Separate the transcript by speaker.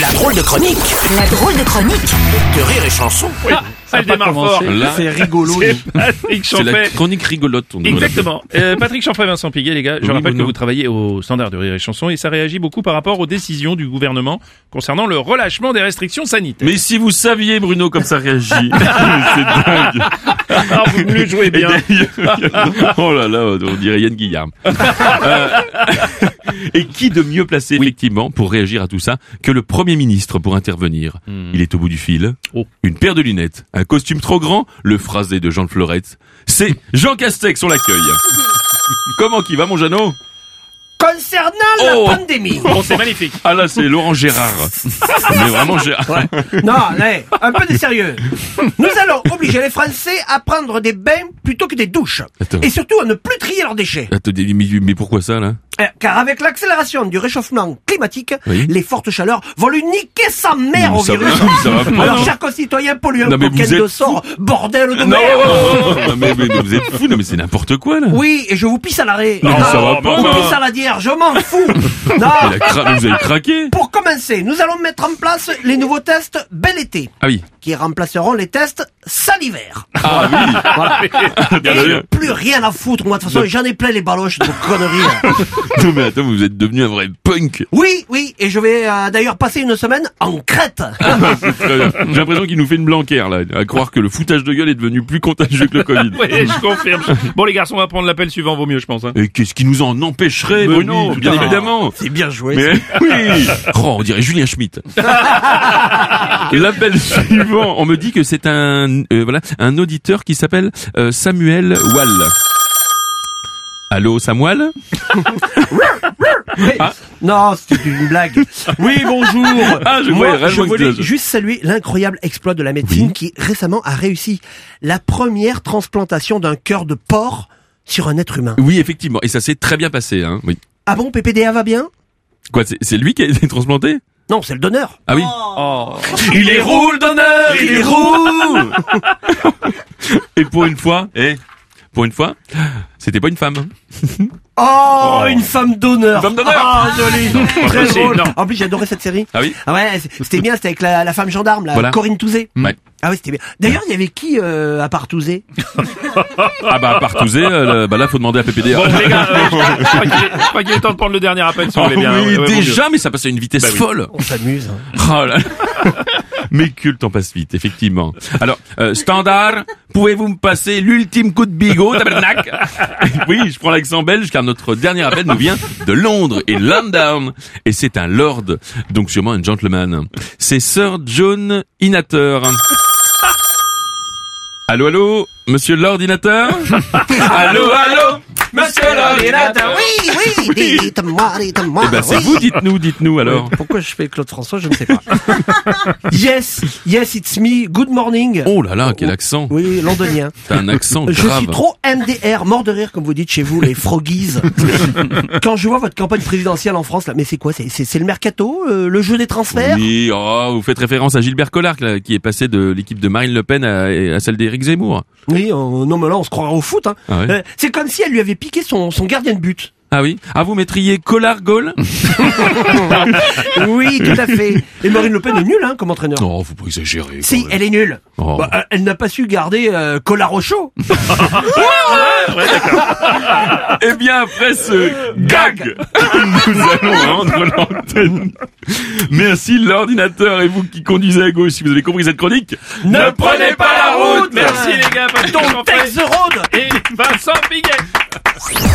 Speaker 1: La drôle de chronique
Speaker 2: La drôle de chronique
Speaker 1: de Rire et Chanson.
Speaker 3: Ah, elle démarre fort.
Speaker 4: Là,
Speaker 5: C'est rigolo.
Speaker 3: C'est Patrick
Speaker 4: c'est la
Speaker 3: Champet.
Speaker 4: chronique rigolote. on nous l'a fait.
Speaker 3: Exactement. Euh, Patrick Champet, Vincent Piguet, les gars, je
Speaker 4: Oui,
Speaker 3: rappelle que
Speaker 4: Bruno.
Speaker 3: vous travaillez au standard de rire et chanson et ça réagit beaucoup par rapport aux décisions du gouvernement concernant le relâchement des restrictions sanitaires.
Speaker 4: Mais si vous saviez, Bruno, comme ça réagit. c'est dingue.
Speaker 3: Ah, vous me le jouez bien.
Speaker 4: oh là là, on dirait Yann Guillaume. et qui de mieux placé, effectivement, pour réagir à tout ça que le Premier ministre pour intervenir Il est au bout du fil.
Speaker 3: Oh.
Speaker 4: Une paire de lunettes, un costume trop grand, le phrasé de Jean de Fleurette. C'est Jean Castex, on l'accueille. Comment qui va, mon Jeannot
Speaker 1: Concernant
Speaker 4: Oh.
Speaker 1: la pandémie.
Speaker 3: Bon, c'est magnifique.
Speaker 4: Ah là, c'est Laurent Gérard. Mais vraiment Gérard.
Speaker 1: Non, allez, un peu de sérieux. Nous allons obliger les Français à prendre des bains plutôt que des douches.
Speaker 4: Attends.
Speaker 1: Et surtout à ne plus trier leurs déchets.
Speaker 4: Attendez, mais, mais pourquoi ça, là
Speaker 1: Euh, Car avec l'accélération du réchauffement climatique,
Speaker 4: Oui.
Speaker 1: les fortes chaleurs vont lui niquer sa mère au
Speaker 4: ça va,
Speaker 1: virus.
Speaker 4: ça va pas.
Speaker 1: Alors chaque citoyen pollue un
Speaker 4: Non, mais
Speaker 1: coquin
Speaker 4: vous êtes
Speaker 1: de sort, bordel de
Speaker 4: Non,
Speaker 1: merde.
Speaker 4: non, mais, mais- mais vous êtes fou, non mais c'est n'importe quoi là.
Speaker 1: Oui, et je vous pisse à l'arrêt.
Speaker 4: Non,
Speaker 1: Ah,
Speaker 4: ça va
Speaker 1: On
Speaker 4: pas.
Speaker 1: vous pisse à la dière, je m'en fous.
Speaker 4: Elle a
Speaker 1: non.
Speaker 4: cra- Vous avez craqué
Speaker 1: Pour commencer, nous allons mettre en place les nouveaux tests bel été,
Speaker 4: Ah oui.
Speaker 1: qui remplaceront les tests salivaires.
Speaker 4: Ah oui.
Speaker 1: Et
Speaker 4: Bien, bien.
Speaker 1: plus rien à foutre, moi, de toute façon, j'en ai plein les baloches de vos conneries. là.
Speaker 4: Non mais attends, vous êtes devenu un vrai punk.
Speaker 1: Oui, oui, et je vais euh, d'ailleurs passer une semaine en Crète.
Speaker 4: Ah, Très bien. J'ai l'impression qu'il nous fait une blanquère là, à croire que le foutage de gueule est devenu plus contagieux que le Covid.
Speaker 3: Ouais, je confirme. Bon, les garçons, on va prendre l'appel suivant, vaut mieux, je pense. hein.
Speaker 4: Et qu'est-ce qui nous en empêcherait,
Speaker 3: Mais
Speaker 4: Bruno
Speaker 3: oui,
Speaker 4: Bien
Speaker 3: putain.
Speaker 4: évidemment.
Speaker 1: C'est bien joué.
Speaker 4: Mais oui Oh, on dirait Julien Schmitt. L'appel suivant, on me dit que c'est un euh, voilà un auditeur qui s'appelle euh, Samuel Wall. Allô Samuel
Speaker 1: Oui. Non, c'était une blague. Oui, bonjour.
Speaker 4: Ah, je
Speaker 1: Moi,
Speaker 4: voyais vraiment
Speaker 1: je
Speaker 4: que
Speaker 1: voulais
Speaker 4: c'était-
Speaker 1: juste saluer l'incroyable exploit de la médecine qui récemment a réussi la première transplantation d'un cœur de porc sur un être humain.
Speaker 4: Oui, effectivement, et ça s'est très bien passé hein. Oui.
Speaker 1: Ah bon, PPDA va bien
Speaker 4: Quoi, c'est- c'est lui qui a été transplanté
Speaker 1: Non, c'est le donneur.
Speaker 4: Ah oui.
Speaker 3: Oh, Il est roule d'honneur, il est roule.
Speaker 4: Et pour une fois, eh pour une fois, c'était pas une femme.
Speaker 1: Oh, une femme d'honneur.
Speaker 4: Femme d'honneur.
Speaker 1: Ah, joli. Très
Speaker 3: possible,
Speaker 1: drôle.
Speaker 3: non.
Speaker 1: En plus, j'adorais cette série.
Speaker 4: Ah oui.
Speaker 1: Ah ouais, c- c'était bien, c'était avec la, la femme gendarme, là,
Speaker 4: Voilà. Mm.
Speaker 1: Corinne Touzé.
Speaker 4: Ouais.
Speaker 1: Ah oui, c'était bien. D'ailleurs, il y avait qui euh, à part Touzé
Speaker 4: Ah bah à part Touzé, euh, là, bah là faut demander à PPD.
Speaker 3: Bon, les gars, euh, je crois qu'il est- je crois qu'il est temps de prendre le dernier appel si on
Speaker 4: Ah
Speaker 3: voulait bien.
Speaker 4: oui,
Speaker 3: Ouais, ouais, vaut mieux.
Speaker 4: déjà, mais ça passait à une vitesse
Speaker 3: Bah oui.
Speaker 4: folle.
Speaker 1: On s'amuse. hein.
Speaker 4: Oh là là. Mais que le temps passe vite, effectivement. Alors, euh, standard, pouvez-vous me passer l'ultime coup de bigot, tabarnak Oui, je prends l'accent belge car notre dernier appel nous vient de Londres et London. Et c'est un lord, donc sûrement un gentleman. C'est Sir John Inator. Allô, allô, monsieur l'ordinateur Allô, allô, monsieur l'ordinateur
Speaker 1: Eh ben, Oui, oui, dites-moi, dites-moi.
Speaker 4: Eh ben, c'est
Speaker 1: oui.
Speaker 4: vous, dites-nous, dites-nous alors.
Speaker 1: Pourquoi je fais Claude François, je ne sais pas. yes, yes, it's me. Good morning.
Speaker 4: Oh là là, quel accent
Speaker 1: Oui, londonien.
Speaker 4: T'as un accent
Speaker 1: Je
Speaker 4: grave.
Speaker 1: suis trop MDR, mort de rire, comme vous dites chez vous, les froggies. Quand je vois votre campagne présidentielle en France, là, mais c'est quoi C'est- C'est c'est le mercato euh, Le jeu des transferts
Speaker 4: Oui, oh, vous faites référence à Gilbert Collard, là, qui est passé de l'équipe de Marine Le Pen à, à celle d'Éric Zemmour.
Speaker 1: Oui, on- non, mais là, on se croirait au foot. Hein.
Speaker 4: Ah ouais.
Speaker 1: Euh, c'est comme si elle lui avait piqué son, son gardien de but.
Speaker 4: Ah oui Ah, vous mettriez Collard Gaulle
Speaker 1: Oui, tout à fait. Et Marine Le Pen est nulle hein, comme entraîneur.
Speaker 4: Non, faut pas exagérer.
Speaker 1: Si, elle est nulle.
Speaker 4: Oh.
Speaker 1: Bah, euh, elle n'a pas su garder euh, Collard au chaud.
Speaker 4: Eh bien, après ce gag, nous allons rendre l'antenne. Merci l'ordinateur et vous qui conduisez à gauche, si vous avez compris cette chronique.
Speaker 3: Ne prenez pas la route. Merci les gars, Patrick Champet
Speaker 1: Take the road
Speaker 3: et Vincent Piguet.